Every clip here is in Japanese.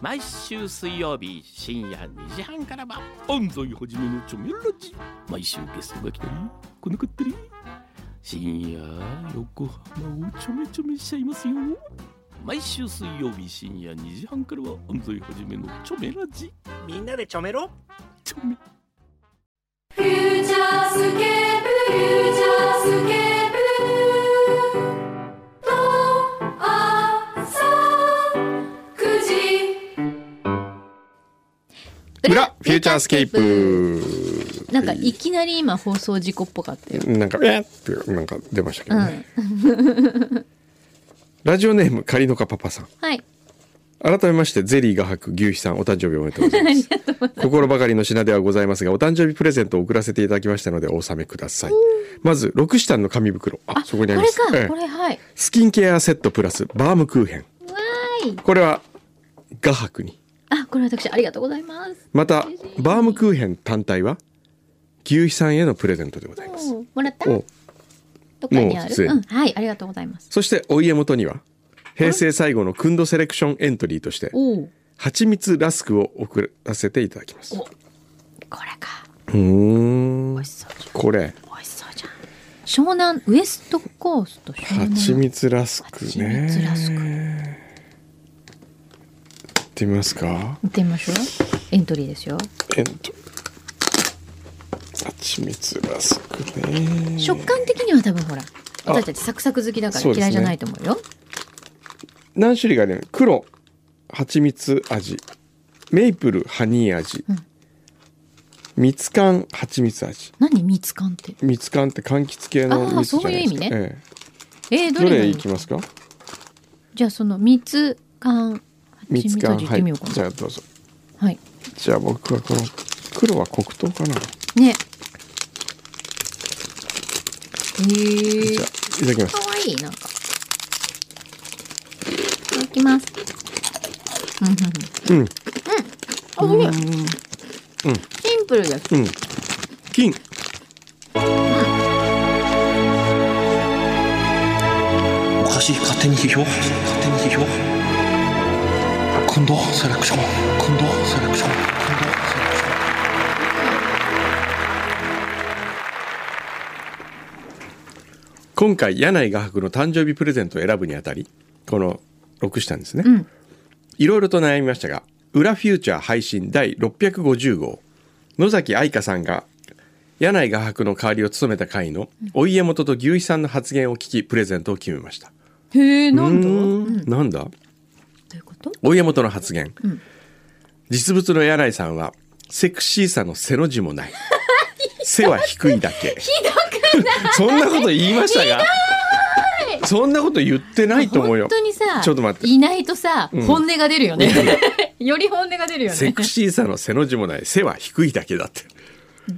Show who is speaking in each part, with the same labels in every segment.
Speaker 1: 毎週水曜日深夜2時半からは安西はじめのチョメラジ毎週ゲストが来たり来なかったり深夜横浜をちょめちょめしちゃいますよ毎週水曜日深夜2時半からは安西はじめのチョメラジ
Speaker 2: みんなでちょめろ
Speaker 1: チョメ
Speaker 3: フューチャースケープフューチャースケープと朝9時
Speaker 4: 裏フューチャースケープ
Speaker 5: なんかいきなり今放送事故っぽかったよ。
Speaker 4: なんか「えっ!」ってなんか出ましたけ
Speaker 5: う
Speaker 4: ど
Speaker 5: ん。
Speaker 4: ね、ラジオネームカリノカパパさん
Speaker 5: はい。
Speaker 4: 改めましてゼリーが吐く牛皮さんお誕生日おめでとうございます 心ばかりの品ではございますがお誕生日プレゼントを送らせていただきましたのでお納めくださいまずロクシタンの紙袋あ
Speaker 5: あ、
Speaker 4: そこにあります
Speaker 5: これ
Speaker 4: え
Speaker 5: か。
Speaker 4: え
Speaker 5: これはい。
Speaker 4: スキンケアセットプラスバームクーヘン
Speaker 5: わーい。
Speaker 4: これは画伯に
Speaker 5: あ、これ私ありがとうございます。
Speaker 4: またバームクーヘン単体は牛皮さんへのプレゼントでございます
Speaker 5: おもらった？
Speaker 4: お
Speaker 5: どっかにあ
Speaker 4: もうすで
Speaker 5: る？
Speaker 4: に
Speaker 5: うん。はい。ありがとうございます。
Speaker 4: そしてお家元には平成最後のクンドセレクションエントリーとして
Speaker 5: おお。
Speaker 4: 蜂蜜ラスクを送らせていただきます
Speaker 5: おこれか。
Speaker 4: うー
Speaker 5: 美
Speaker 4: ん
Speaker 5: 味しそうじ
Speaker 4: これ
Speaker 5: ゃん。美味しそうじゃん。湘南ウエストコースト湘南。
Speaker 4: 蜂蜜ラスクね
Speaker 5: 蜂蜜ラスク
Speaker 4: 行ってみますか
Speaker 5: 行ってみましょう。エントリーですよ。
Speaker 4: えっと蜂蜜ラスクね
Speaker 5: 食感的には多分ほら、
Speaker 4: あ
Speaker 5: 私たちサクサク好きだから
Speaker 4: そうですね
Speaker 5: 嫌いじゃないと思うよ。
Speaker 4: 何種類があるの黒蜂蜜味メイプルハニー味、
Speaker 5: うん
Speaker 4: 蜜柑蜂蜜味
Speaker 5: 何蜜缶って。
Speaker 4: 蜜柑って柑橘系の
Speaker 5: あー
Speaker 4: 蜜じゃないですか
Speaker 5: そういう意味ね
Speaker 4: え
Speaker 5: えー、
Speaker 4: え
Speaker 5: ど
Speaker 4: ど
Speaker 5: れが
Speaker 4: れ
Speaker 5: い
Speaker 4: い
Speaker 5: い
Speaker 4: きますか
Speaker 5: じゃあその蜜缶蜂
Speaker 4: 蜜
Speaker 5: 蜜
Speaker 4: 柑
Speaker 5: 味いっ
Speaker 4: は
Speaker 5: てみようか
Speaker 4: いじ
Speaker 5: な。
Speaker 4: ゃあどうぞ
Speaker 5: はい。
Speaker 4: じゃあ僕はこの黒は黒糖かな、
Speaker 5: ね。え
Speaker 4: じゃあ
Speaker 5: ー、
Speaker 4: いただきます
Speaker 5: かわいいなんか。いただきます。うん
Speaker 4: うん
Speaker 5: うんうん。あ、美味しい。シンプルです。
Speaker 4: うん金
Speaker 6: おかしい勝手に批評勝手に批評今度セレクション今度セレクション今度セレクション
Speaker 4: 今回柳井画伯の誕生日プレゼントを選ぶにあたりこの6したんですね、
Speaker 5: うん
Speaker 4: いろいろと悩みましたが「裏フューチャー配信第650号」野崎愛香さんが柳井画伯の代わりを務めた回のお家元と牛肥さんの発言を聞きプレゼントを決めました
Speaker 5: へえ、なんだ。
Speaker 4: う
Speaker 5: ど
Speaker 4: ーんなんだ
Speaker 5: ういうこと？
Speaker 4: お家元の発言、
Speaker 5: うん
Speaker 4: 実物の柳井さんはセクシーさの背の字も ない背は低いだけひどくないそんなこと言いましたがそんなこと言ってないと思うよ
Speaker 5: 本当にさ、
Speaker 4: ちょっと待って
Speaker 5: いないとさ、
Speaker 4: ん
Speaker 5: 本音が出るよね。より本音が出るよ
Speaker 4: セ
Speaker 5: ね
Speaker 4: ク。シーさの背の字もない背は低いだけだって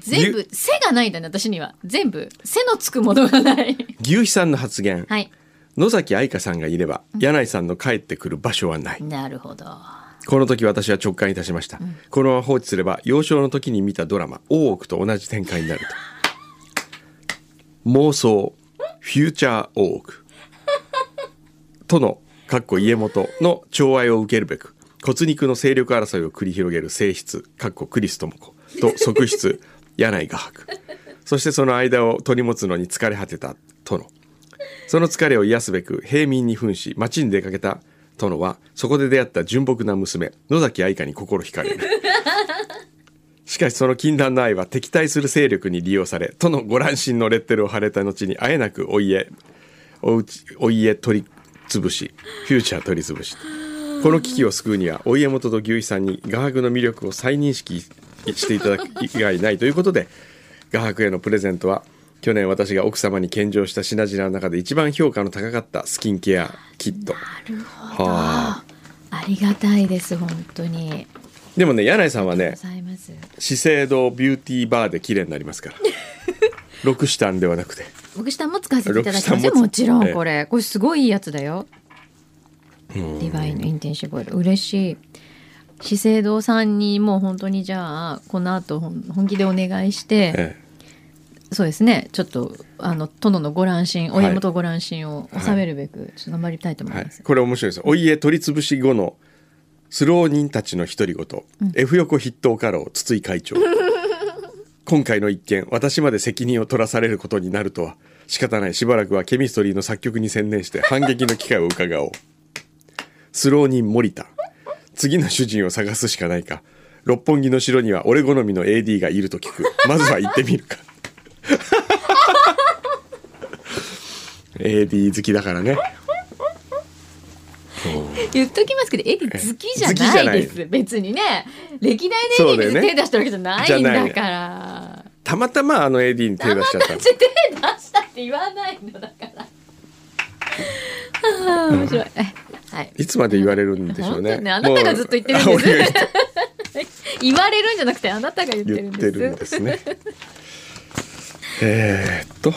Speaker 5: 全部背がないんだね私には。全部背のつくものがない。
Speaker 4: 牛肥さんの発言
Speaker 5: はい。
Speaker 4: 野崎愛香さんがいれば柳井さんの帰ってくる場所はない、
Speaker 5: なるほど。
Speaker 4: この時私は直感いたしました、このまま放置すれば幼少の時に見たドラマ「大奥」と同じ展開になると妄想フューチャー大奥とのかっこ家元の寵愛を受けるべく骨肉の勢力争いを繰り広げる性質かっこクリス智子と側室柳井画伯そしてその間を取り持つのに疲れ果てた殿その疲れを癒すべく平民に扮し町に出かけた殿はそこで出会った純朴な娘野崎愛香に心惹かれるしかしその禁断の愛は敵対する勢力に利用され殿ご乱心のレッテルを貼れた後にあえなくお家おうちお家取り潰しフューチャー取り潰しこの危機を救うにはお家元と牛肥さんに画伯の魅力を再認識していただく以外ないということで画伯へのプレゼントは去年私が奥様に献上した品々の中で一番評価の高かったスキンケアキットはあ
Speaker 5: ありがたいです本当に。
Speaker 4: でもね柳井さんはね
Speaker 5: ございます。
Speaker 4: 資生堂ビューティーバーで綺麗になりますからロクシタンではなくて
Speaker 5: ロクシタンも使わせていただきます
Speaker 4: ロ
Speaker 5: よ
Speaker 4: クシタンも
Speaker 5: もちろ
Speaker 4: ええ
Speaker 5: んこれこれすごいいいやつだよディバインのインテンシブオイル嬉しい資生堂さんにもう本当にじゃあこの後ほん本気でお願いして、
Speaker 4: え
Speaker 5: そうですねちょっとあの殿のご乱心
Speaker 4: は
Speaker 5: お
Speaker 4: い
Speaker 5: 家元ご乱心を収めるべく、ちょっと頑張りたいと
Speaker 4: え
Speaker 5: 思い
Speaker 4: は
Speaker 5: ま
Speaker 4: い
Speaker 5: す、
Speaker 4: これ面白いですお家取り潰し後のスロー人たちの独り言、F 横筆頭家老筒井会 長今回の一件私まで責任を取らされることになるとは仕方ないしばらくはケミストリーの作曲に専念して反撃の機会を伺おうスロー人森田次の主人を探すしかないか六本木の城には俺好みの AD がいると聞くまずは行ってみ るか AD 好きだからね
Speaker 5: 言っときますけどエディ好きじゃ
Speaker 4: 好きじゃ
Speaker 5: な
Speaker 4: ないい
Speaker 5: です別にね歴代の
Speaker 4: そう
Speaker 5: エデ
Speaker 4: だよ
Speaker 5: ィに
Speaker 4: ね
Speaker 5: 手出したわけじゃないんだから
Speaker 4: たまたまあの AD に手出しちゃった
Speaker 5: 手出したって言わないのだからあー面白いはい
Speaker 4: いつまで言われるんでしょうね
Speaker 5: 本当にねあなたがずっと言ってるんです
Speaker 4: もうあ俺が
Speaker 5: 言われるんじゃなくてあなたが言ってる
Speaker 4: 言
Speaker 5: ん
Speaker 4: っ
Speaker 5: で
Speaker 4: て
Speaker 5: す
Speaker 4: るんです ねえーっと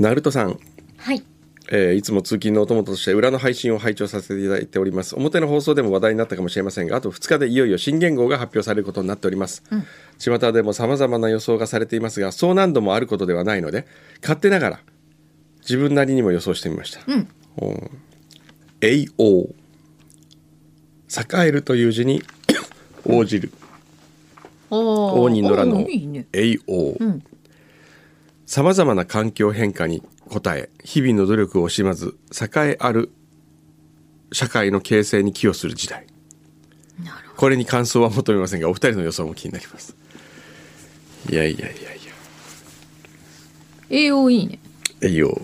Speaker 4: ナルトさん
Speaker 5: はい
Speaker 4: えーいつも通勤のお供として裏の配信を拝聴させていただいております表の放送でも話題になったかもしれませんがあと2日でいよいよ新元号が発表されることになっております、巷でも様々な予想がされていますがそう何度もあることではないので勝手ながら自分なりにも予想してみました、おー AO 栄えるという字 に応じる
Speaker 5: おー
Speaker 4: 応仁の乱
Speaker 5: お
Speaker 4: の
Speaker 5: ーいいね
Speaker 4: AO さまざまな環境変化に応え日々の努力を惜しまず栄えある社会の形成に寄与する時代これに感想は求めませんがお二人の予想も気になりますいやいやいやい
Speaker 5: 栄養いいね
Speaker 4: や AO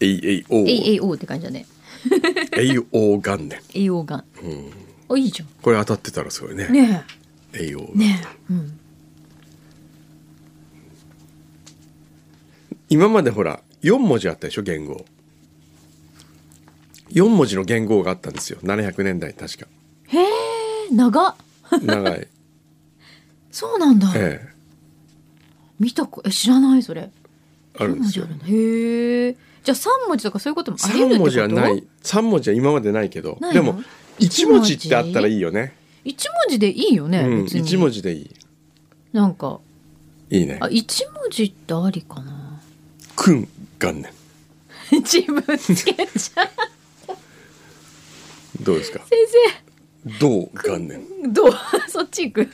Speaker 4: AAO
Speaker 5: AAO って感じだね
Speaker 4: AO 元年
Speaker 5: 栄養がんおいいじゃん
Speaker 4: これ当たってたらすごいね
Speaker 5: ね
Speaker 4: AO 元
Speaker 5: え
Speaker 4: 年
Speaker 5: ねえ
Speaker 4: 今までほら4文字あったでしょ言語4文字の言語があったんですよ700年代に確か
Speaker 5: え長っ
Speaker 4: 長 い
Speaker 5: そうなんだ
Speaker 4: ええ
Speaker 5: 見たこえ知らないそれ
Speaker 4: あるんですよ
Speaker 5: 四文字あるんだへえじゃあ三文字とかそういうこともあり得るって
Speaker 4: 3
Speaker 5: こと
Speaker 4: 文字はない3文字は今までないけど
Speaker 5: ない
Speaker 4: で
Speaker 5: の
Speaker 4: も
Speaker 5: 一
Speaker 4: 1
Speaker 5: 文
Speaker 4: 文
Speaker 5: 字
Speaker 4: 字ってあったらいいよね
Speaker 5: 一文字でいいよね、
Speaker 4: うん
Speaker 5: 別に
Speaker 4: 1文字でいい
Speaker 5: なんか
Speaker 4: いいね
Speaker 5: あ一文字ってありかな
Speaker 4: 「くん元年
Speaker 5: 自分つけちゃう」
Speaker 4: どうですか
Speaker 5: 先
Speaker 4: 「どう元年
Speaker 5: 生どう そっち行く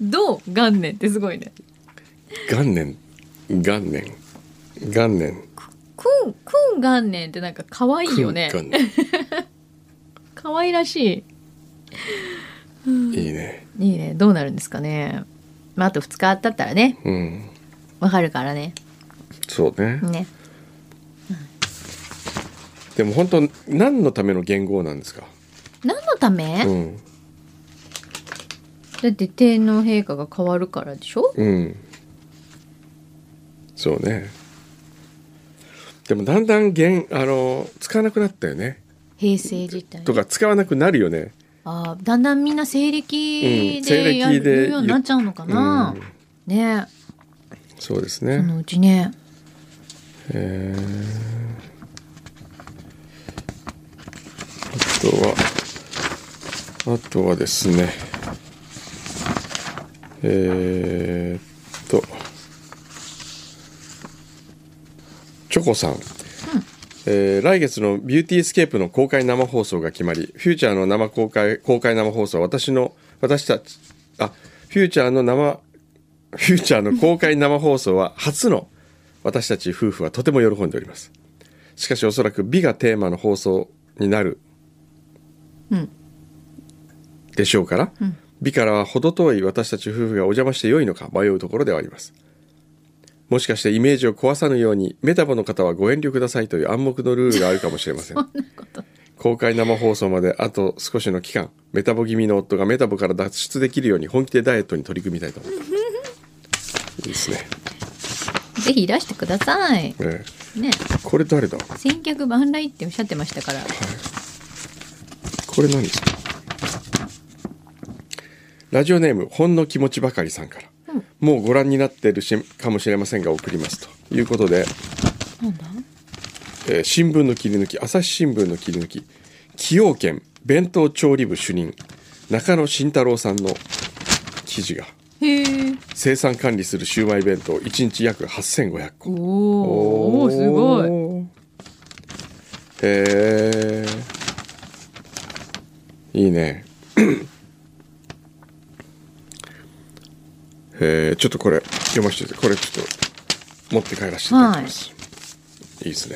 Speaker 5: どう元年ってすごいね」
Speaker 4: 元年元年元年
Speaker 5: くんくん元年ってなんか可愛いよね
Speaker 4: くん元
Speaker 5: 可愛らし
Speaker 4: 年いいね
Speaker 5: いいいねどうなるんですかねまああと二日経ったらね
Speaker 4: うん
Speaker 5: わかるからね
Speaker 4: そうね
Speaker 5: ね
Speaker 4: でも本当何のための言語なんですか
Speaker 5: 何のため、
Speaker 4: うん
Speaker 5: だって天皇陛下が変わるからでしょ
Speaker 4: うんそうねでもだんだん言あの使わなくなったよね
Speaker 5: 平成時代
Speaker 4: とか使わなくなるよね
Speaker 5: あーだんだんみんな西暦でや
Speaker 4: うん西暦で
Speaker 5: るようになっちゃうのかな、ね
Speaker 4: そうです
Speaker 5: え
Speaker 4: ね
Speaker 5: そのうちね
Speaker 4: えーあとは、あとはですね、えーっと、チョコさん。えー来月のビューティースケープの公開生放送が決まり、フューチャーの生公開、公開生放送は私の、私たち、あ、フューチャーの生、フューチャーの公開生放送は初の私たち夫婦はとても喜んでおります。しかしおそらく美がテーマの放送になる、でしょうから、美からは程遠い私たち夫婦がお邪魔して良いのか迷うところではあります。もしかしてイメージを壊さぬようにメタボの方はご遠慮くださいという暗黙のルールがあるかもしれません。公開生放送まであと少しの期間、メタボ気味の夫がメタボから脱出できるように本気でダイエットに取り組みたいと思 います。いいですね。
Speaker 5: ぜひいらしてください
Speaker 4: ええ
Speaker 5: ね
Speaker 4: これ誰だ
Speaker 5: 千客万来っておっしゃってましたから
Speaker 4: これ何ラジオネームほんの気持ちばかりさんから、もうご覧になってるしかもしれませんが送りますということでえー新聞の切り抜き朝日新聞の切り抜き崎陽軒弁当調理部主任中野慎太郎さんの記事が
Speaker 5: へえ
Speaker 4: 生産管理するシウマイ弁当1日約8500個
Speaker 5: おーおーすごい
Speaker 4: い。へえ。いいね えーちょっとこれ読ませてこれちょっと持って帰らせていただきます、い、いです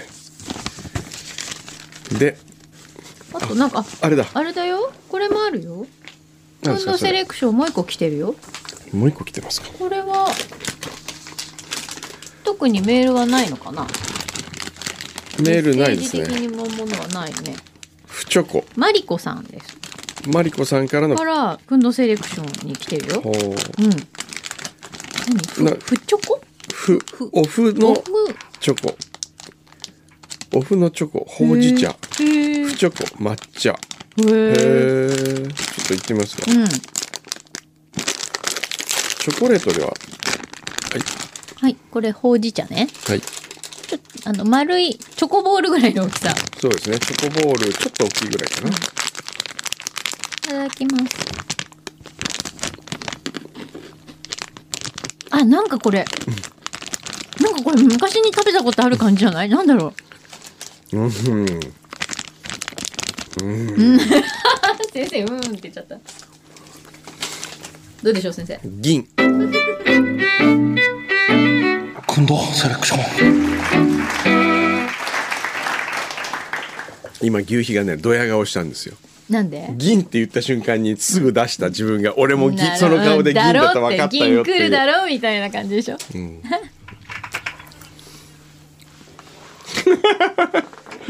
Speaker 4: ねで
Speaker 5: あとなんか
Speaker 4: あれだ
Speaker 5: あれだよこれもあるよ
Speaker 4: 何で
Speaker 5: 今
Speaker 4: す
Speaker 5: 度
Speaker 4: かそ
Speaker 5: セ
Speaker 4: れ
Speaker 5: レクションもう一個来てるよ
Speaker 4: もう一個来てますか
Speaker 5: これは特にメールはないのかな
Speaker 4: メールないです
Speaker 5: メッセー
Speaker 4: ね
Speaker 5: ジ的にもものはないね
Speaker 4: 不チョコ
Speaker 5: マリコさんです
Speaker 4: マリコさんからの
Speaker 5: からくんどセレクションに来てるよ
Speaker 4: ほう
Speaker 5: うん何ふ
Speaker 4: な
Speaker 5: ふっちょこ
Speaker 4: ふ
Speaker 5: ふ
Speaker 4: オフ
Speaker 5: お
Speaker 4: の
Speaker 5: ふ
Speaker 4: チョコオフのチョコほうじ茶
Speaker 5: へえ
Speaker 4: 不チョコ抹茶へえ
Speaker 5: へえ
Speaker 4: ちょっと行ってみますか
Speaker 5: うん
Speaker 4: チョコレートでは
Speaker 5: はいこれほうじ茶ね
Speaker 4: はい
Speaker 5: ちょっとあの丸いチョコボールぐらいの大きさい
Speaker 4: そうですねチョコボールちょっと大きいぐらいかな、
Speaker 5: ただきますあなんかこれなんかこれ昔に食べたことある感じじゃないなんだろ
Speaker 4: うんうん
Speaker 5: う 先生うんって言っちゃったどうでしょう先生
Speaker 4: 銀
Speaker 6: 今度セレクション
Speaker 4: 今牛皮がねドヤ顔したんですよ
Speaker 5: なんで
Speaker 4: 銀って言った瞬間にすぐ出した自分が俺も銀
Speaker 5: なる
Speaker 4: その顔で銀だと分かったよって
Speaker 5: 銀来
Speaker 4: い
Speaker 5: る
Speaker 4: う
Speaker 5: だろうみたいな感じでしょ、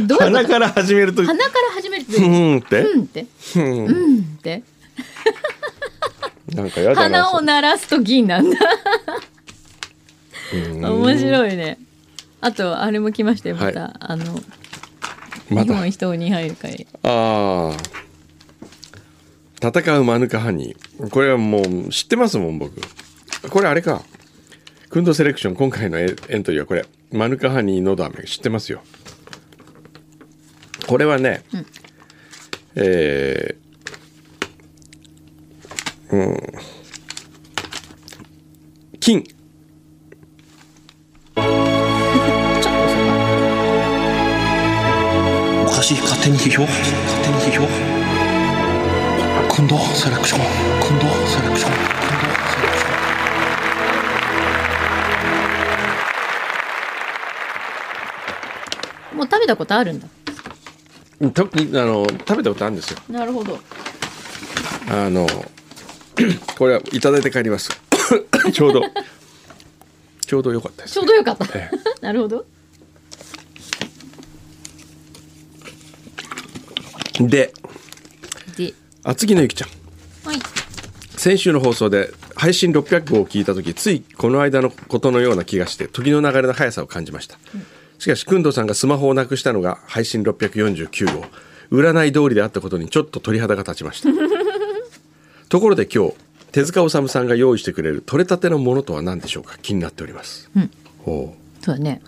Speaker 5: どういう
Speaker 4: 鼻
Speaker 5: こと
Speaker 4: から始めると
Speaker 5: 鼻から始めるって
Speaker 4: ふーんって
Speaker 5: うんって
Speaker 4: ふーん
Speaker 5: うんって
Speaker 4: なんかやだな
Speaker 5: 鼻を鳴らすと銀なんだ面白いねあとあれも来ましたよまた、
Speaker 4: はい
Speaker 5: あの
Speaker 4: ま
Speaker 5: 日
Speaker 4: た
Speaker 5: 本一党に入る会
Speaker 4: ああ戦うマヌカハニーこれはもう知ってますもん僕これあれかクンドセレクション今回のエエントリーはこれマヌカハニーのど飴知ってますよこれはね、えーうん金
Speaker 6: おかしい勝手に批評勝手に批評今度セレクション今度セレクション今度セレクション
Speaker 5: もう食べたことあるんだ
Speaker 4: 特にあの食べたことあるんですよ
Speaker 5: なるほど
Speaker 4: あの これはいただいて帰り ますちょうどちょうど良かったです
Speaker 5: ちょうどよかった
Speaker 4: え
Speaker 5: なるほど
Speaker 4: で
Speaker 5: で
Speaker 4: 厚木のゆきちゃん
Speaker 5: はい
Speaker 4: 先週の放送で配信600号を聞いた時ついこの間のことのような気がして時の流れの速さを感じましたしかし工藤さんがスマホをなくしたのが配信649号占い通りであったことにちょっと鳥肌が立ちま したところで今日手塚治虫さんが用意してくれる取れたてのものとは何でしょうか気になっております、
Speaker 5: うん
Speaker 4: ほう
Speaker 5: そうだね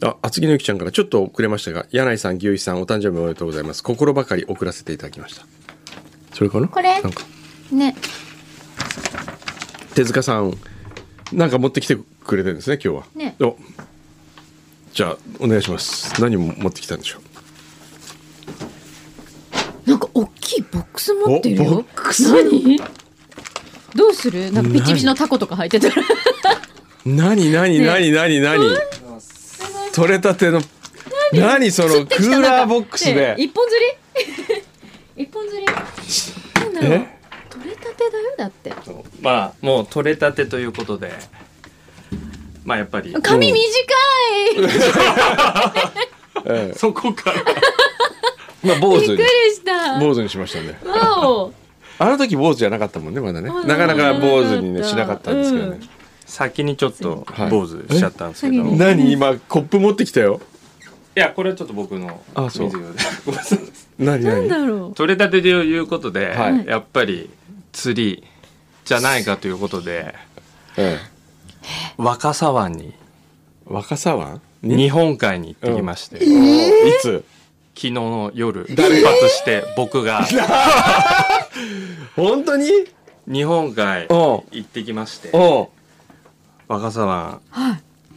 Speaker 4: あ厚木のゆきちゃんからちょっと遅れましたが柳井さん牛一さんお誕生日おめでとうございます心ばかり送らせていただきましたそれかな
Speaker 5: これ
Speaker 4: なんか
Speaker 5: ね
Speaker 4: 手塚さんなんか持ってきてくれてるんですね今日は、
Speaker 5: ね
Speaker 4: おじゃあお願いします何も持ってきたんでしょう
Speaker 5: なんか大きいボックス持ってる
Speaker 4: おボ
Speaker 5: よ
Speaker 4: ックス
Speaker 5: 何どうするなんかピチピチのタコとか入ってたら
Speaker 4: 何何何何何、取れたての何そ
Speaker 5: 釣
Speaker 4: の
Speaker 5: っ
Speaker 4: ク
Speaker 5: てきた
Speaker 4: ーラ
Speaker 5: な
Speaker 4: ー
Speaker 5: んか
Speaker 4: ボックス
Speaker 5: ね
Speaker 4: で
Speaker 5: え一本釣り 一本釣りなんだろう
Speaker 4: え
Speaker 5: 取れたてだよだって
Speaker 2: まあもう取れたてということでまあやっぱり
Speaker 5: 髪短い
Speaker 2: そこから
Speaker 4: まあ坊
Speaker 5: びっ
Speaker 4: 主
Speaker 5: く
Speaker 4: に
Speaker 5: りした
Speaker 4: 坊主にしましたね
Speaker 5: わお
Speaker 4: あの時坊主じゃなかったもんねまだね
Speaker 5: まだ
Speaker 4: なかなか坊主に
Speaker 5: ま
Speaker 4: ね
Speaker 5: だ
Speaker 4: しなかったんですけどね、
Speaker 2: 先にちょっと
Speaker 4: はい
Speaker 2: 坊主しちゃったんですけど、
Speaker 5: え
Speaker 2: い
Speaker 4: 何今コップ持ってきたよ
Speaker 2: やこれはちょっと僕の
Speaker 4: あそう
Speaker 2: 水用でごめんなさい
Speaker 4: 何
Speaker 5: なん
Speaker 4: 何
Speaker 5: だろ
Speaker 2: 取れたてということで、
Speaker 4: はい
Speaker 2: やっぱり釣りじゃないかということで
Speaker 4: ええ
Speaker 2: 若狭湾に
Speaker 4: 若狭湾
Speaker 2: 日本海に行ってきまして、
Speaker 4: お
Speaker 2: 昨
Speaker 4: いつ
Speaker 2: 日の夜出発して僕 が
Speaker 4: 本当に
Speaker 2: 日本海
Speaker 4: おう
Speaker 2: 行ってきまして
Speaker 4: お
Speaker 2: 若狭湾、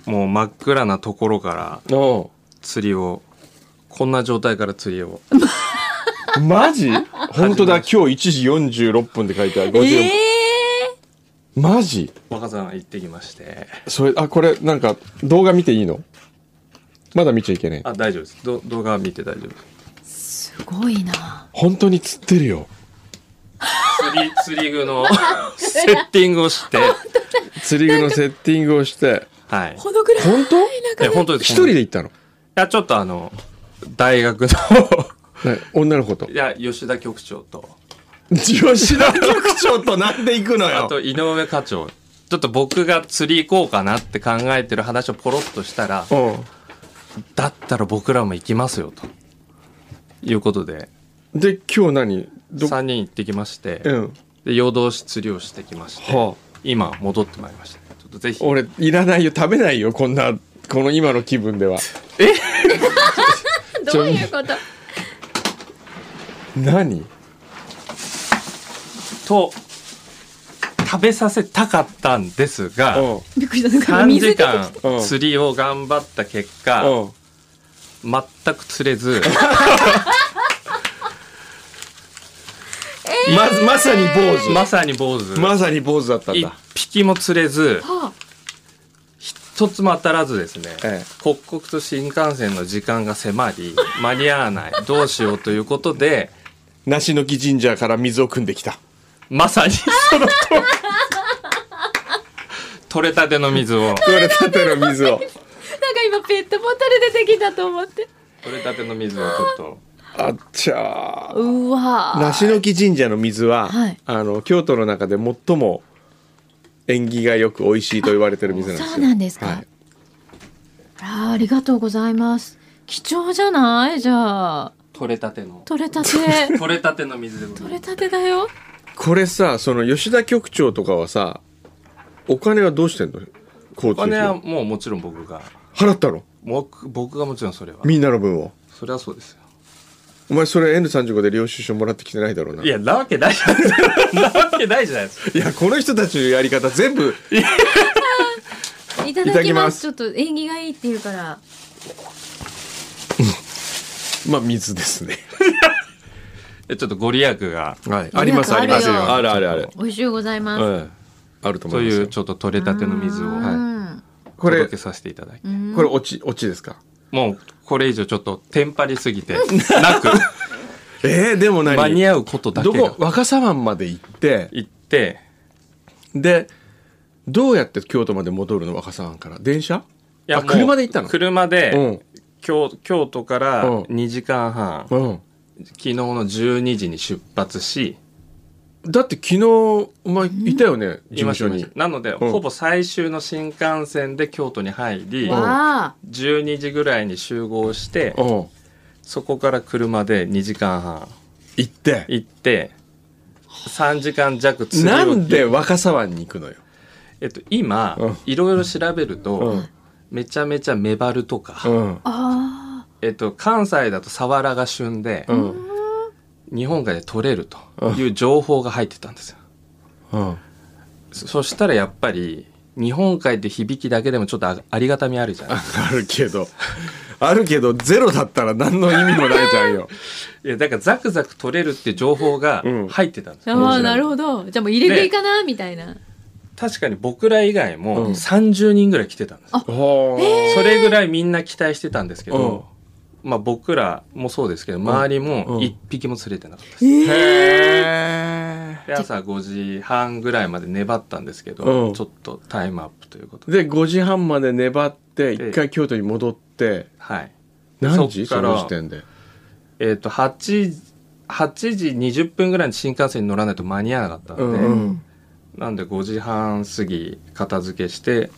Speaker 2: もう真っ暗なところか
Speaker 4: う
Speaker 2: ら
Speaker 4: お
Speaker 2: 釣りをこんな状態から釣りを
Speaker 4: うマ ジ本当だ今日1時46分って書いてある、
Speaker 5: え
Speaker 4: 50マジ
Speaker 2: 若さん行ってきまして
Speaker 4: それあこれなんか動画見ていいのまだ見ちゃいけない
Speaker 2: あ大丈夫ですど動画見て大丈夫です
Speaker 5: すごいな。
Speaker 4: 本当に釣ってるよ
Speaker 2: 釣り釣り 具のセッティングをして
Speaker 4: 釣り具のセッティングをして
Speaker 2: はい
Speaker 5: このぐらい
Speaker 4: 本当
Speaker 2: え本当です
Speaker 4: 一人で行ったの
Speaker 2: いや、ちょっとあの、大学の、
Speaker 4: ね女の子と
Speaker 2: いや、吉田局長と、
Speaker 4: 吉田局長となんで行くの
Speaker 2: あ
Speaker 4: よ
Speaker 2: と井上課長、ちょっと僕が釣り行こうかなって考えてる話をポロッとしたら、
Speaker 4: う
Speaker 2: だったら僕らも行きますよ、ということで、
Speaker 4: んで今日何ど
Speaker 2: 3人行ってきまして、
Speaker 4: うん
Speaker 2: で夜通し釣りをしてきまして、
Speaker 4: はあ
Speaker 2: 今戻ってまいりました。ちょっとぜひ、
Speaker 4: 俺いらないよ食べないよこんなこの今の気分では
Speaker 5: どういうこと？
Speaker 4: 何
Speaker 2: と、食べさせたかったんですが、
Speaker 4: う
Speaker 5: びっくりした。なんか
Speaker 2: 3
Speaker 5: 水
Speaker 2: 時
Speaker 5: 出てき
Speaker 2: 間
Speaker 4: うん
Speaker 2: 釣りを頑張った結果、
Speaker 4: んうん
Speaker 2: 全く釣れず、
Speaker 4: ま まさに坊主
Speaker 2: まさに坊主。
Speaker 4: まさに坊主だったん
Speaker 2: 一
Speaker 4: だ
Speaker 2: 匹も釣れず、一つも当たらずですね、
Speaker 4: ええ
Speaker 2: 刻々と新幹線の時間が迫り、間に合わない、どうしようということで、
Speaker 4: 梨の木神社から水を汲んできた
Speaker 2: まさにその通り。取れたての水を、
Speaker 4: 取れたての水を
Speaker 5: なんか今ペットボトル出てきたと思って。
Speaker 2: 取れたての水をちょっと、
Speaker 4: あっちゃー
Speaker 5: うわー。
Speaker 4: 梨の木神社の水は、
Speaker 5: はい
Speaker 4: あの京都の中で最も縁起がよく美味しいと言われてる水なんですよ
Speaker 5: そうなんですか。
Speaker 4: はい
Speaker 5: あーありがとうございます。貴重じゃないじゃあ
Speaker 2: 取れたての、
Speaker 5: 取れたて
Speaker 2: 取れたての水でござい
Speaker 5: 取
Speaker 2: ま
Speaker 5: れ
Speaker 2: す。
Speaker 5: たてだよ。
Speaker 4: これさその吉田局長とかはさお金はどうしてんの交
Speaker 2: お
Speaker 4: 通費
Speaker 2: 金はもうもちろん僕が、
Speaker 4: 払ったの
Speaker 2: 僕僕がもちろんそれは。
Speaker 4: みんなの分を
Speaker 2: それはそうですよ。
Speaker 4: お前それ N35 で領収書もらってきてないだろうない
Speaker 2: や、なわけないじゃないですか。なわけないじゃないですか。
Speaker 4: いやこの人たちのやり方全部
Speaker 5: いた
Speaker 4: いた
Speaker 5: だ
Speaker 4: だ
Speaker 5: き
Speaker 4: き
Speaker 5: ま。
Speaker 4: ますす
Speaker 5: ちょっと縁起がいいっていうから。
Speaker 4: まあ水ですね
Speaker 2: えちょっとご利益が、
Speaker 4: はい
Speaker 5: あ
Speaker 4: あ
Speaker 5: り
Speaker 4: り
Speaker 5: ま
Speaker 4: ますす
Speaker 5: あ
Speaker 4: あ
Speaker 5: り
Speaker 4: りま
Speaker 5: ま
Speaker 4: すす
Speaker 5: よ
Speaker 4: よあるあるある
Speaker 5: 美味しゅうございます。
Speaker 4: ええあると思
Speaker 2: と
Speaker 4: います
Speaker 2: い
Speaker 4: よ
Speaker 2: うちょっと取れたての水を
Speaker 5: う
Speaker 2: お
Speaker 5: ん。
Speaker 4: これ
Speaker 2: 届け
Speaker 4: こ
Speaker 2: させていただいて、
Speaker 4: れオチオチですか
Speaker 2: もうこれ以上ちょっとテンパりすぎてなく
Speaker 4: えー、でも何
Speaker 2: 間に合うことだけ
Speaker 4: どこ
Speaker 2: が
Speaker 4: 若狭湾まで行って
Speaker 2: 行って
Speaker 4: でどうやって京都まで戻るの若狭湾から電車
Speaker 2: いや
Speaker 4: あ
Speaker 2: もう
Speaker 4: 車で行ったの
Speaker 2: 車で、
Speaker 4: うん
Speaker 2: 京京都から
Speaker 4: うん
Speaker 2: 2時間半、昨
Speaker 4: うん
Speaker 2: 日の12時に出発し
Speaker 4: だって昨日お前いたよね事務所
Speaker 2: い
Speaker 4: に
Speaker 2: ましたなので、
Speaker 4: ん
Speaker 2: ほぼ最終の新幹線で京都に入り、
Speaker 5: わあ。
Speaker 2: 12時ぐらいに集合して、
Speaker 4: うん行
Speaker 2: そこから車で2時間半
Speaker 4: って
Speaker 2: 行って3時間弱釣りを
Speaker 4: なんで若狭湾に行くのよ
Speaker 2: えっと、今
Speaker 4: うん
Speaker 2: いろいろ調べると、
Speaker 4: うん
Speaker 2: めちゃめちゃメバルとか、
Speaker 4: うん
Speaker 5: あ
Speaker 2: えっと、関西だとサワラが旬で、
Speaker 4: うん
Speaker 2: 日本海で取れるという情報が入ってたんですよ、
Speaker 4: うん
Speaker 2: そそしたらやっぱり日本海って響きだけでもちょっとあありがたみあるじゃない
Speaker 4: あるけどあるけどゼロだったら何の意味もないじゃんよ
Speaker 2: いやだからザクザク取れるっていう情報が
Speaker 4: うん
Speaker 2: 入ってたんです
Speaker 5: あ。
Speaker 2: よ、
Speaker 5: ああなるほど。じゃあもう入れ食いかなみたいな。
Speaker 2: 確かに僕ら以外
Speaker 4: う
Speaker 2: も
Speaker 4: ん
Speaker 2: 30人ぐらい来てたんですよ、
Speaker 4: ほー
Speaker 2: それぐらいみんな期待してたんですけど、まあ僕らもそうですけど周り
Speaker 4: うんう
Speaker 2: も
Speaker 4: ん
Speaker 2: 一匹も釣れてなかったです、
Speaker 4: へ
Speaker 2: で朝5時半ぐらいまで粘ったんですけど、
Speaker 4: うん
Speaker 2: ちょっとタイムアップということ
Speaker 4: ー
Speaker 2: で、
Speaker 4: で5時半まで粘って一回京都に戻って
Speaker 2: はい
Speaker 4: 何時
Speaker 2: そ
Speaker 4: そ
Speaker 2: っから
Speaker 4: の時点で
Speaker 2: えっ、と 8, 8時20分ぐらいに新幹線に乗らないと間に合わなかった
Speaker 4: うん
Speaker 2: で、
Speaker 4: ん
Speaker 2: なんで5時半過ぎ片付けして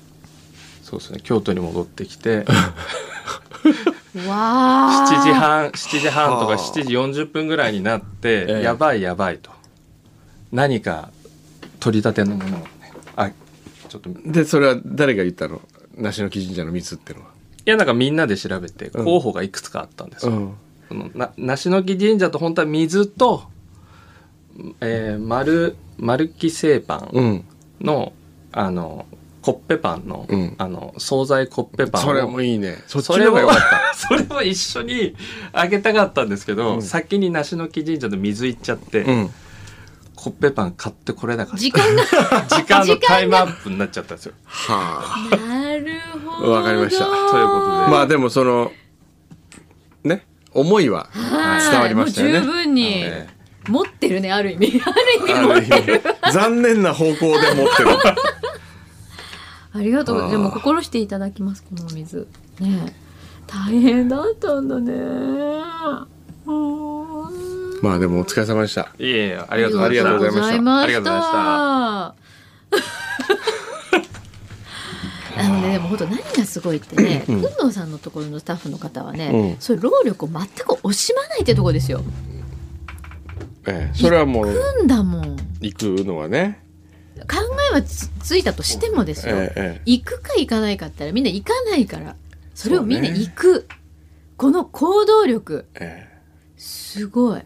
Speaker 2: そうですね京都に戻ってき て
Speaker 5: わあ。
Speaker 2: 7時。半7時半とか
Speaker 4: はあ
Speaker 2: 7時40分ぐらいになって、
Speaker 4: ええ
Speaker 2: やばいやばいと何か取り立てのものをねあちょっと
Speaker 4: でそれは誰が言ったの梨の木神社の水ってのはい
Speaker 2: やなんかみんなで調べて
Speaker 4: うん
Speaker 2: 候補がいくつかあったんですよ、
Speaker 4: ん
Speaker 2: そのな梨の木神社と本当は水と、えー、丸丸木製パン
Speaker 4: うん
Speaker 2: の、あのコッペパンの、
Speaker 4: うん
Speaker 2: あの、惣菜コッペパンを。
Speaker 4: それもいいねそっち
Speaker 2: そ
Speaker 4: の
Speaker 2: れ
Speaker 4: 方がよ
Speaker 2: は
Speaker 4: かった、
Speaker 2: それは一緒にあげたかったんですけど、
Speaker 4: うん
Speaker 2: 先に梨の木神社の水行っちゃって、
Speaker 4: うん、
Speaker 2: コッペパン買ってこれなかっ
Speaker 5: 時間 が
Speaker 2: た。時間のタイムアップになっちゃったんですよ。
Speaker 4: はあ
Speaker 5: なるほど
Speaker 4: わかりました
Speaker 2: ということで。
Speaker 4: まあでもそのね思いは
Speaker 5: はい
Speaker 4: 伝わりましたよね
Speaker 5: もう十分に、
Speaker 4: え
Speaker 5: 持ってるねある意味ある意
Speaker 4: え
Speaker 5: 味
Speaker 4: あ
Speaker 5: 持っ
Speaker 4: る意
Speaker 5: てる
Speaker 4: 味残念な方向で持ってる
Speaker 5: ありがと
Speaker 4: あ
Speaker 5: う
Speaker 4: ー
Speaker 5: でも心していただきますこのお水ねえ大変だったんだねうーん
Speaker 4: まあでもお疲れ様でした
Speaker 2: いえいえ、ありがとうございました。
Speaker 4: ありがとうございました
Speaker 5: ありがとうございましたあのね、でも本当何がすごいってね、くんどうさんのところのスタッフの方はね、
Speaker 4: うん
Speaker 5: そういう労力を全く惜しまないってとこですよ。
Speaker 4: ええそれはもう
Speaker 5: なんだもん。考
Speaker 4: 行くのはね
Speaker 5: えはつついたとしてもですよ。
Speaker 4: ええええ
Speaker 5: 行くか行かないかって言ったらみんな行かないから。それをみんな
Speaker 4: そうね
Speaker 5: 行く。この行動力、
Speaker 4: え
Speaker 5: すごい。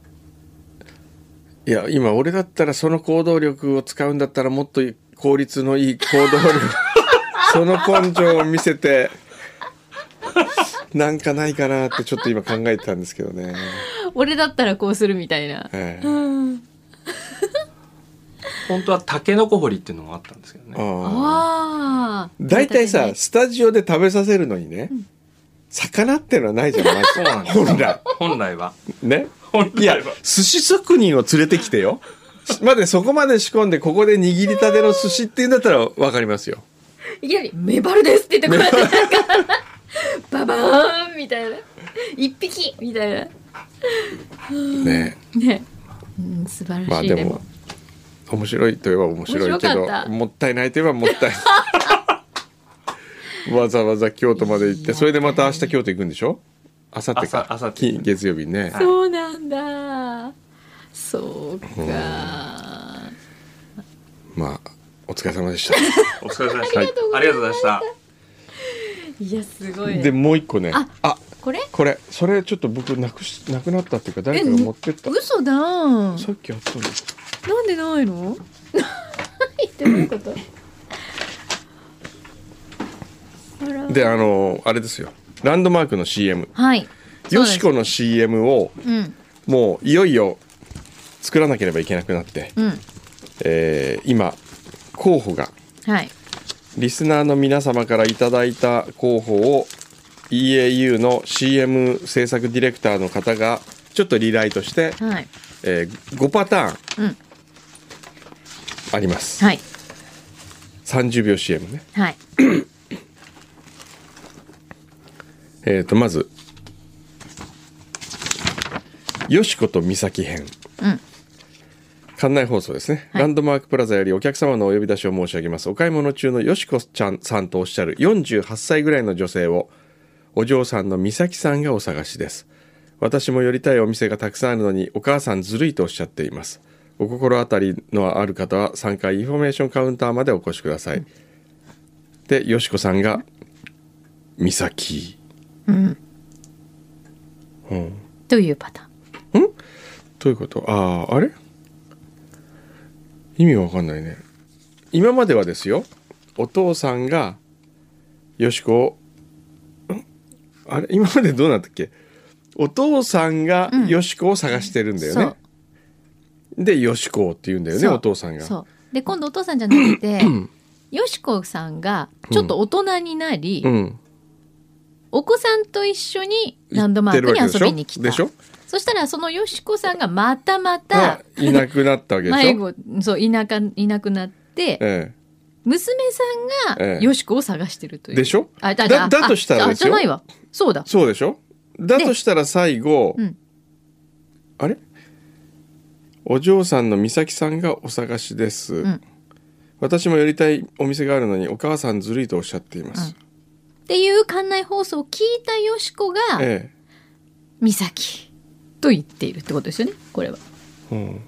Speaker 4: えいや今俺だったらその行動力を使うんだったらもっと効率のいい行動力 その根性を見せてなんかないかなってちょっと今考えてたんですけどね、
Speaker 5: 俺だったらこうするみたいな。
Speaker 4: ええ
Speaker 5: うん。
Speaker 2: 本当はタケノコ掘りっていうのもあったんですけどね。
Speaker 4: ああ
Speaker 5: ああ。
Speaker 4: 大体さスタジオで食べさせるのにね、魚ってのはないじゃんまず
Speaker 2: そうなんですよ
Speaker 4: 本来
Speaker 2: 本来は。
Speaker 4: ね
Speaker 2: 本
Speaker 4: いや
Speaker 2: 来は。
Speaker 4: 寿司職人を連れてきてよまでそこまで仕込んでここで握りたての寿司っていうんだったらわかりますよ
Speaker 5: いきなり「メバルです」って言ってこうやってなんかババーンみたいな一匹みたいな
Speaker 4: ね
Speaker 5: ね、うん、素晴らしい、
Speaker 4: まあでも面白いといえば面白いけ
Speaker 5: 面白
Speaker 4: ど
Speaker 5: かった
Speaker 4: もったいないといえばもったいない わざわざ京都まで行っ
Speaker 5: い
Speaker 4: て
Speaker 5: や
Speaker 4: それでまた明日京都行くんでしょ明後日か
Speaker 2: 朝明後日
Speaker 4: 金月曜日ね
Speaker 5: そうなんだそうか
Speaker 4: まあお疲れ様でした
Speaker 2: お疲れ様でした。
Speaker 5: ありがとうございました
Speaker 2: ありがとうございました。
Speaker 5: いやすごい
Speaker 4: でもう一個ね
Speaker 5: あ
Speaker 4: あ
Speaker 5: これ
Speaker 4: これそれちょっと僕なくしなくなったっていうか誰かが持ってった
Speaker 5: 嘘だなん
Speaker 4: さっきあったの
Speaker 5: でないのないってどういうことあら
Speaker 4: であのあれですよランドマークの CM
Speaker 5: はい
Speaker 4: よしこの CM を
Speaker 5: うん
Speaker 4: もういよいよ作らなければいけなくなって、
Speaker 5: うん
Speaker 4: えー今候補が
Speaker 5: はい
Speaker 4: リスナーの皆様からいただいた候補を EAU の CM 制作ディレクターの方がちょっとリライトして、
Speaker 5: はい
Speaker 4: えー5パターン、
Speaker 5: うん
Speaker 4: あります、
Speaker 5: はい
Speaker 4: 30秒 CM ね
Speaker 5: はい
Speaker 4: えー、とまず「よしことみさき編」
Speaker 5: うん
Speaker 4: 館内放送ですね、ランドマークプラザよりお客様のお呼び出しを申し上げますお買い物中のよしこちゃんさんとおっしゃる48歳ぐらいの女性をお嬢さんのみさきさんがお探しです私も寄りたいお店がたくさんあるのにお母さんずるいとおっしゃっていますお心当たりのある方は3階インフォメーションカウンターまでお越しください、でよしこさんが「みさき」
Speaker 5: というパターン
Speaker 4: どういうことあああれ意味わかんないね今まではですよお父さんがよしこをんあれ今までどうなったっけお父さんがよしこを探してるんだよね、でよしこって言うんだよね
Speaker 5: そう
Speaker 4: お父さんが
Speaker 5: そうで今度お父さんじゃなくてよしこさんがちょっと大人になり、
Speaker 4: うん
Speaker 5: お子さんと一緒にランドマークに遊びに来た
Speaker 4: でしょ
Speaker 5: そしたらそのよしこさんがまたま
Speaker 4: が
Speaker 5: た
Speaker 4: いなくなったわけでし
Speaker 5: 迷
Speaker 4: ょ
Speaker 5: 子そういなかいなくなって
Speaker 4: え
Speaker 5: 娘さん
Speaker 4: え
Speaker 5: が
Speaker 4: え
Speaker 5: よしこを探してると
Speaker 4: え
Speaker 5: いう、
Speaker 4: でしょ
Speaker 5: あだ
Speaker 4: だだとしたら
Speaker 5: あ
Speaker 4: です
Speaker 5: じゃ
Speaker 4: よ
Speaker 5: ないわそうだ
Speaker 4: そうでしょだとしたら最後、
Speaker 5: うん
Speaker 4: あれお嬢さんの美咲さんがお探しです、
Speaker 5: ん
Speaker 4: 私も寄りたいお店があるのにお母さんずるいとおっしゃっています、
Speaker 5: っていう館内放送を聞いたよしこが
Speaker 4: え
Speaker 5: 「美咲」と言っているってことですよねこれは。
Speaker 4: え、うん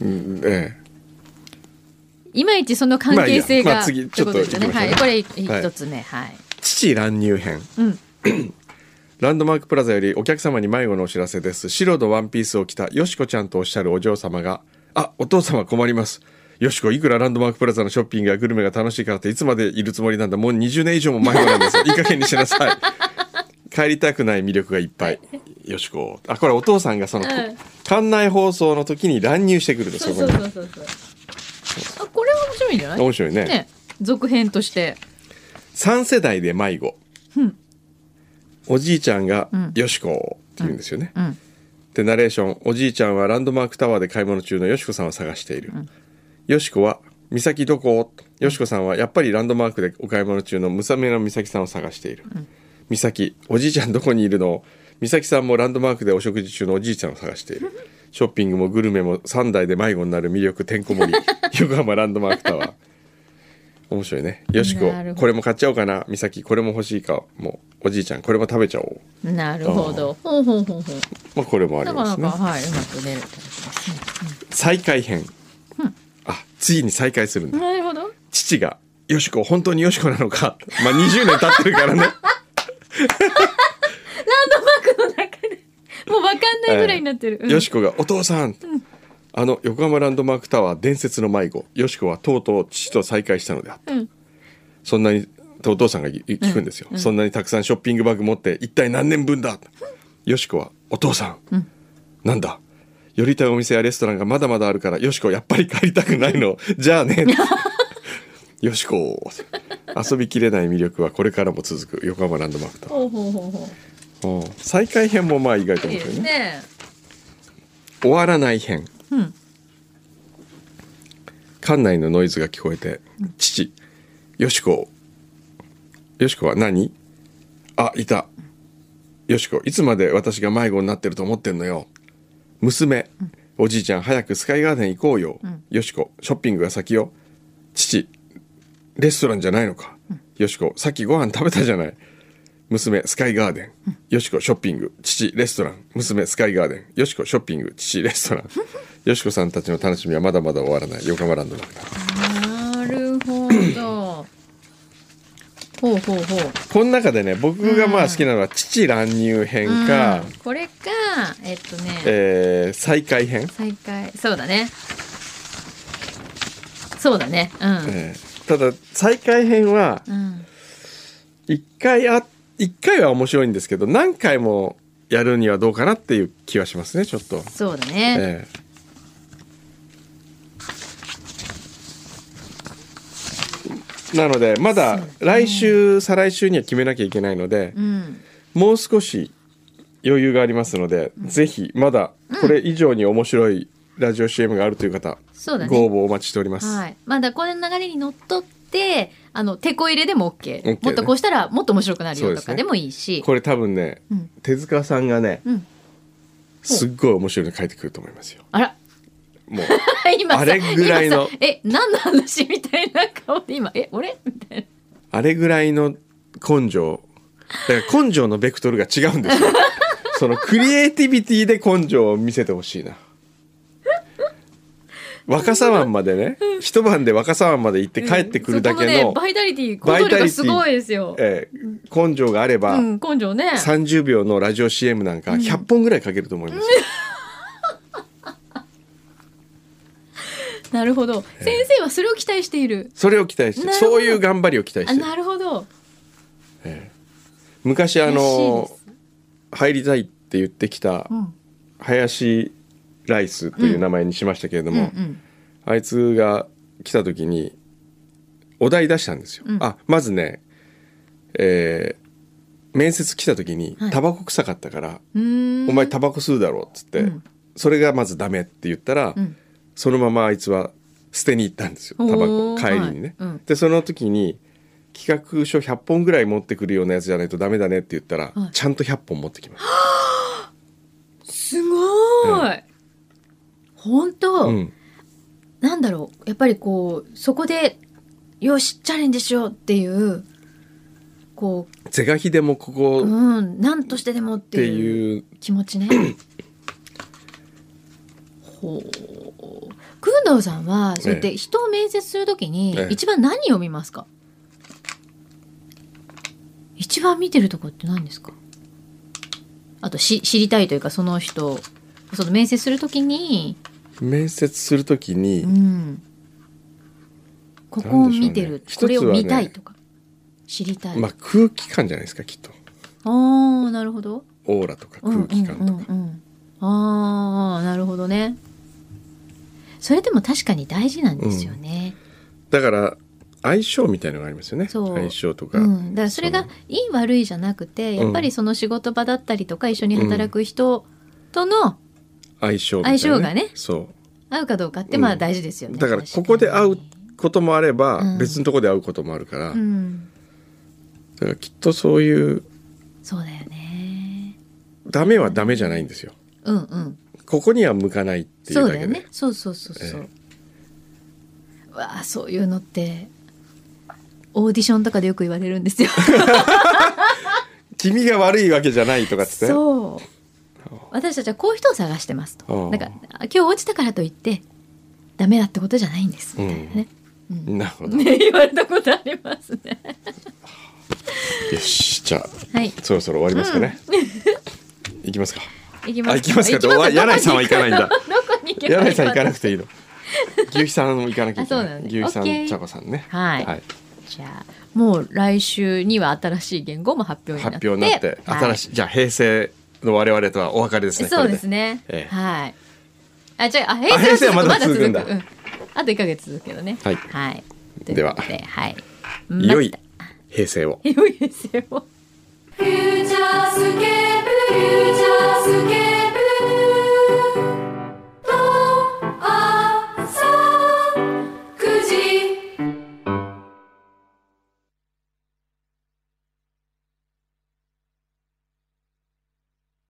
Speaker 4: うんえ
Speaker 5: いまいちその関係性
Speaker 4: まあ
Speaker 5: が
Speaker 4: いいやまあ次ちょっと
Speaker 5: てことですよね。
Speaker 4: 行きま
Speaker 5: は
Speaker 4: しょう
Speaker 5: い、これ
Speaker 4: はい
Speaker 5: 一つ目、はい。
Speaker 4: え、父乱入編
Speaker 5: うん、
Speaker 4: ランドマークプラザよりお客様に迷子のお知らせです。白のワンピースを着たよしこちゃんとおっしゃるお嬢様が、あお父様困りますよしこいくらランドマークプラザのショッピングやグルメが楽しいからっていつまでいるつもりなんだもう20年以上も前からなん ですよいい加減にしなさい帰りたくない魅力がいっぱいよしこあこれお父さんがその、
Speaker 5: うん
Speaker 4: 館内放送の時に乱入してくると
Speaker 5: そ
Speaker 4: そうこ
Speaker 5: そう
Speaker 4: に
Speaker 5: そうそうそうあこれは面白いんじゃない
Speaker 4: 面白いね
Speaker 5: ね続編として
Speaker 4: 3世代で迷子、
Speaker 5: うん
Speaker 4: おじいちゃんが
Speaker 5: う
Speaker 4: 「
Speaker 5: ん
Speaker 4: よしこ」って言うんですよね、
Speaker 5: うん
Speaker 4: でナレーションおじいちゃんはランドマークタワーで買い物中のよしこさんを探している、よしこは「美咲どこ?」よしこさんはやっぱりランドマークでお買い物中の娘の美咲さんを探している、美咲おじいちゃんどこにいるの美咲さんもランドマークでお食事中のおじいちゃんを探してい るショッピングもグルメも3代で迷子になる魅力てんこ 盛り横浜ランドマークタワー面白いねよしこ
Speaker 5: なるほど
Speaker 4: これも買っちゃおうかな美咲これも欲しいかもうおじいちゃんこれも食べちゃおう、
Speaker 5: なるほどほうほうほうほう
Speaker 4: まあ、これもあり
Speaker 5: な
Speaker 4: ま
Speaker 5: かな
Speaker 4: す
Speaker 5: か、
Speaker 4: ね
Speaker 5: はいうまく出るってことですね
Speaker 4: 再会編、あついに再会するんだ
Speaker 5: なるほど
Speaker 4: 父が「よしこ本当によしこなのか」まあ20年経ってるからね
Speaker 5: もうわかんないぐらいになってる、うん
Speaker 4: よしこが「お父さん」あの横浜ランドマークタワー伝説の迷子よしこはとうとう父と再会したのであった、
Speaker 5: うん
Speaker 4: そんなにとお父さんが言聞くんですよ、そんなにたくさんショッピングバッグ持って一体何年分だよしこは「お父さん、なんだ寄りたいお店やレストランがまだまだあるからよしこやっぱり帰りたくない のじゃあね」よしこ遊びきれない魅力はこれからも続く横浜ランドマークタワー
Speaker 5: ほうほうほうほ
Speaker 4: うん再開編もまあ意外と
Speaker 5: ういい
Speaker 4: 面白
Speaker 5: で
Speaker 4: い
Speaker 5: す
Speaker 4: ね
Speaker 5: ね
Speaker 4: 終わらない編、
Speaker 5: うん
Speaker 4: 館内のノイズが聞こえて父よしこよしこは何あいたよしこいつまで私が迷子になってると思ってんのよ娘、おじいちゃん早くスカイガーデン行こうよ、よしこショッピングが先よ父レストランじゃないのか、よしこさっきご飯食べたじゃない娘スカイガーデン、よしこショッピング父レストラン娘スカイガーデンよしこショッピング父レストラン よしこさんたちの楽しみはまだまだ終わらない横浜ランドマークだ
Speaker 5: なるほどほうほうほう
Speaker 4: この中でね僕がまあ好きなのは父乱入編か、
Speaker 5: うんこれかえっとね、
Speaker 4: えー再開編、
Speaker 5: 再開そうだねそうだねうん、
Speaker 4: えーただ再開編は
Speaker 5: うん
Speaker 4: 一回あ一回は面白いんですけど何回もやるにはどうかなっていう気はしますねちょっと。
Speaker 5: そうだね、
Speaker 4: ええなのでまだ来週再来週には決めなきゃいけないので
Speaker 5: うん
Speaker 4: もう少し余裕がありますのでぜひまだこれ以上に面白いラジオ CM があるという方
Speaker 5: そうだね
Speaker 4: ご応募お待ちしております。
Speaker 5: はいまだこの流れにのっとってあのてこ入れでも OK,
Speaker 4: ね
Speaker 5: もっとこうしたらもっと面白くなる
Speaker 4: そう
Speaker 5: よ
Speaker 4: で
Speaker 5: と
Speaker 4: すね
Speaker 5: かでもいいし
Speaker 4: これ多分ね
Speaker 5: うん
Speaker 4: 手塚さんがね
Speaker 5: うん
Speaker 4: すっごい面白いの書いてくると思いますよ。
Speaker 5: あら
Speaker 4: もう
Speaker 5: 今さ
Speaker 4: あれぐらいの
Speaker 5: 今さえ何の話みたいな顔で今え俺みたいな
Speaker 4: あれぐらいの根性だから根性のベクトルが違うん ですよそのクリエイティビティで根性を見せてほしいな若狭湾までね一晩で若狭湾まで行って帰ってくるだけ
Speaker 5: そこ
Speaker 4: の
Speaker 5: ね、、バイタリティ
Speaker 4: バ
Speaker 5: コ
Speaker 4: イ
Speaker 5: ン
Speaker 4: タリティ
Speaker 5: ト力がすごいですよ、
Speaker 4: えー根性があれば、
Speaker 5: うん根性ね
Speaker 4: 30秒のラジオ CM なんか100本ぐらいかけると思いますよ、
Speaker 5: なるほど先生はそれを期待している
Speaker 4: それを期待して
Speaker 5: なるほど
Speaker 4: そういう頑張りを期待
Speaker 5: あ
Speaker 4: してる
Speaker 5: なるほど
Speaker 4: 昔あ
Speaker 5: 嬉しい
Speaker 4: の
Speaker 5: です
Speaker 4: 入りたいって言ってきた
Speaker 5: ん
Speaker 4: 林ライスという名前にしましたけれども、
Speaker 5: うん
Speaker 4: あいつが来た時にお題出したんですよ。あまずね、えー面接来た時に
Speaker 5: はい
Speaker 4: タバコ臭かったから
Speaker 5: うー
Speaker 4: 「
Speaker 5: ん
Speaker 4: お前タバコ吸うだろ」っつって、それがまずダメって言ったら、
Speaker 5: ん
Speaker 4: そのままあいつは捨てに行ったんですよタバコ
Speaker 5: おー
Speaker 4: 帰りにね。
Speaker 5: はいうん
Speaker 4: でその時に企画書100本ぐらい持ってくるようなやつじゃないとダメだねって言ったら、
Speaker 5: はい
Speaker 4: ちゃんと100本持ってきました。
Speaker 5: すごーい、本当、
Speaker 4: うん
Speaker 5: なんだろうやっぱりこうそこでよしチャレンジしようっていうこ
Speaker 4: 是が非でもここ
Speaker 5: う
Speaker 4: っ
Speaker 5: うんなんとしてでもって
Speaker 4: て
Speaker 5: いう
Speaker 4: いう
Speaker 5: 気持ちね。 ほう。工藤さんはそうやっ
Speaker 4: え
Speaker 5: て人を面接するときに
Speaker 4: ええ
Speaker 5: 一番何を見ますか、一番見てるとこって何ですかあとし知りたいというかその人その面接するときに
Speaker 4: 面接するときに、
Speaker 5: うん、ここを見てる、
Speaker 4: なんでしょ
Speaker 5: こ
Speaker 4: うね
Speaker 5: れを見たい
Speaker 4: 一つはね
Speaker 5: とか、知りたい、
Speaker 4: まあ空気感じゃないですかきっと
Speaker 5: ああなるほど
Speaker 4: オーラとか空気感とか、
Speaker 5: うんうんうんうん、ああなるほどねそれでも確かに大事なんですよね、
Speaker 4: だから相性みたいのがありますよね
Speaker 5: そう
Speaker 4: 相性とか、
Speaker 5: うんだからそれが
Speaker 4: その
Speaker 5: いい悪いじゃなくてやっぱりその仕事場だったりとか一緒に働く人との
Speaker 4: 相性みたいな、
Speaker 5: 相性がね
Speaker 4: そ
Speaker 5: 合うかどうかって
Speaker 4: うん
Speaker 5: まあ大事ですよね、
Speaker 4: うだから
Speaker 5: 確に
Speaker 4: ここで会うこともあれば、
Speaker 5: うん
Speaker 4: 別のとこで会うこともあるから、
Speaker 5: う
Speaker 4: だ
Speaker 5: ん
Speaker 4: からきっとそういう
Speaker 5: そうだよね
Speaker 4: ダメはダメじゃないんですよ
Speaker 5: うんうん
Speaker 4: ここには向かないってい
Speaker 5: そうう
Speaker 4: だ
Speaker 5: だ
Speaker 4: けで
Speaker 5: よねそうそうそうそう、わあそういうのってオーディションとかでよく言われるんですよ
Speaker 4: 君が悪いわけじゃないとかっつって
Speaker 5: そう私たちはこういう人を探してます
Speaker 4: う
Speaker 5: と
Speaker 4: ん
Speaker 5: なんかあ今日落ちたからといってダメだってことじゃないんです
Speaker 4: う
Speaker 5: み
Speaker 4: ん
Speaker 5: たいなね,、
Speaker 4: なるほど
Speaker 5: ね言われたことありますね
Speaker 4: よしじゃあ
Speaker 5: はい
Speaker 4: そろそろ終わりますかね、行きますか
Speaker 5: 行き ま
Speaker 4: あ
Speaker 5: す
Speaker 4: 行きますか
Speaker 5: 行
Speaker 4: と
Speaker 5: きます
Speaker 4: わ柳井さんは行かないんだ
Speaker 5: どこに行けば
Speaker 4: 柳井さん行かなく
Speaker 5: い
Speaker 4: ていいの牛肥さんも行かなきゃいけ
Speaker 5: あそう
Speaker 4: な
Speaker 5: ないんだ
Speaker 4: 牛肥さん
Speaker 5: OK
Speaker 4: 茶子さんね
Speaker 5: はいいのじゃあもう来週には新しい言語も発表になって
Speaker 4: 発表になって新しい、じゃあ平成の我々とはお別れですね
Speaker 5: そうです
Speaker 4: ね
Speaker 5: ね、
Speaker 4: ええ
Speaker 5: はいあじゃああ
Speaker 4: あ平
Speaker 5: 平
Speaker 4: 成
Speaker 5: 成
Speaker 4: は
Speaker 5: は
Speaker 4: ま
Speaker 5: ま
Speaker 4: だ
Speaker 5: だ
Speaker 4: 続
Speaker 5: 続
Speaker 4: く
Speaker 5: く
Speaker 4: んだ
Speaker 5: うんあと1か月続くけどね
Speaker 4: はい
Speaker 5: はい、ということ
Speaker 4: では
Speaker 5: はい
Speaker 4: 良い
Speaker 5: また
Speaker 4: 平成を
Speaker 5: 良いですよ
Speaker 3: フューチャースケープフューチャースケー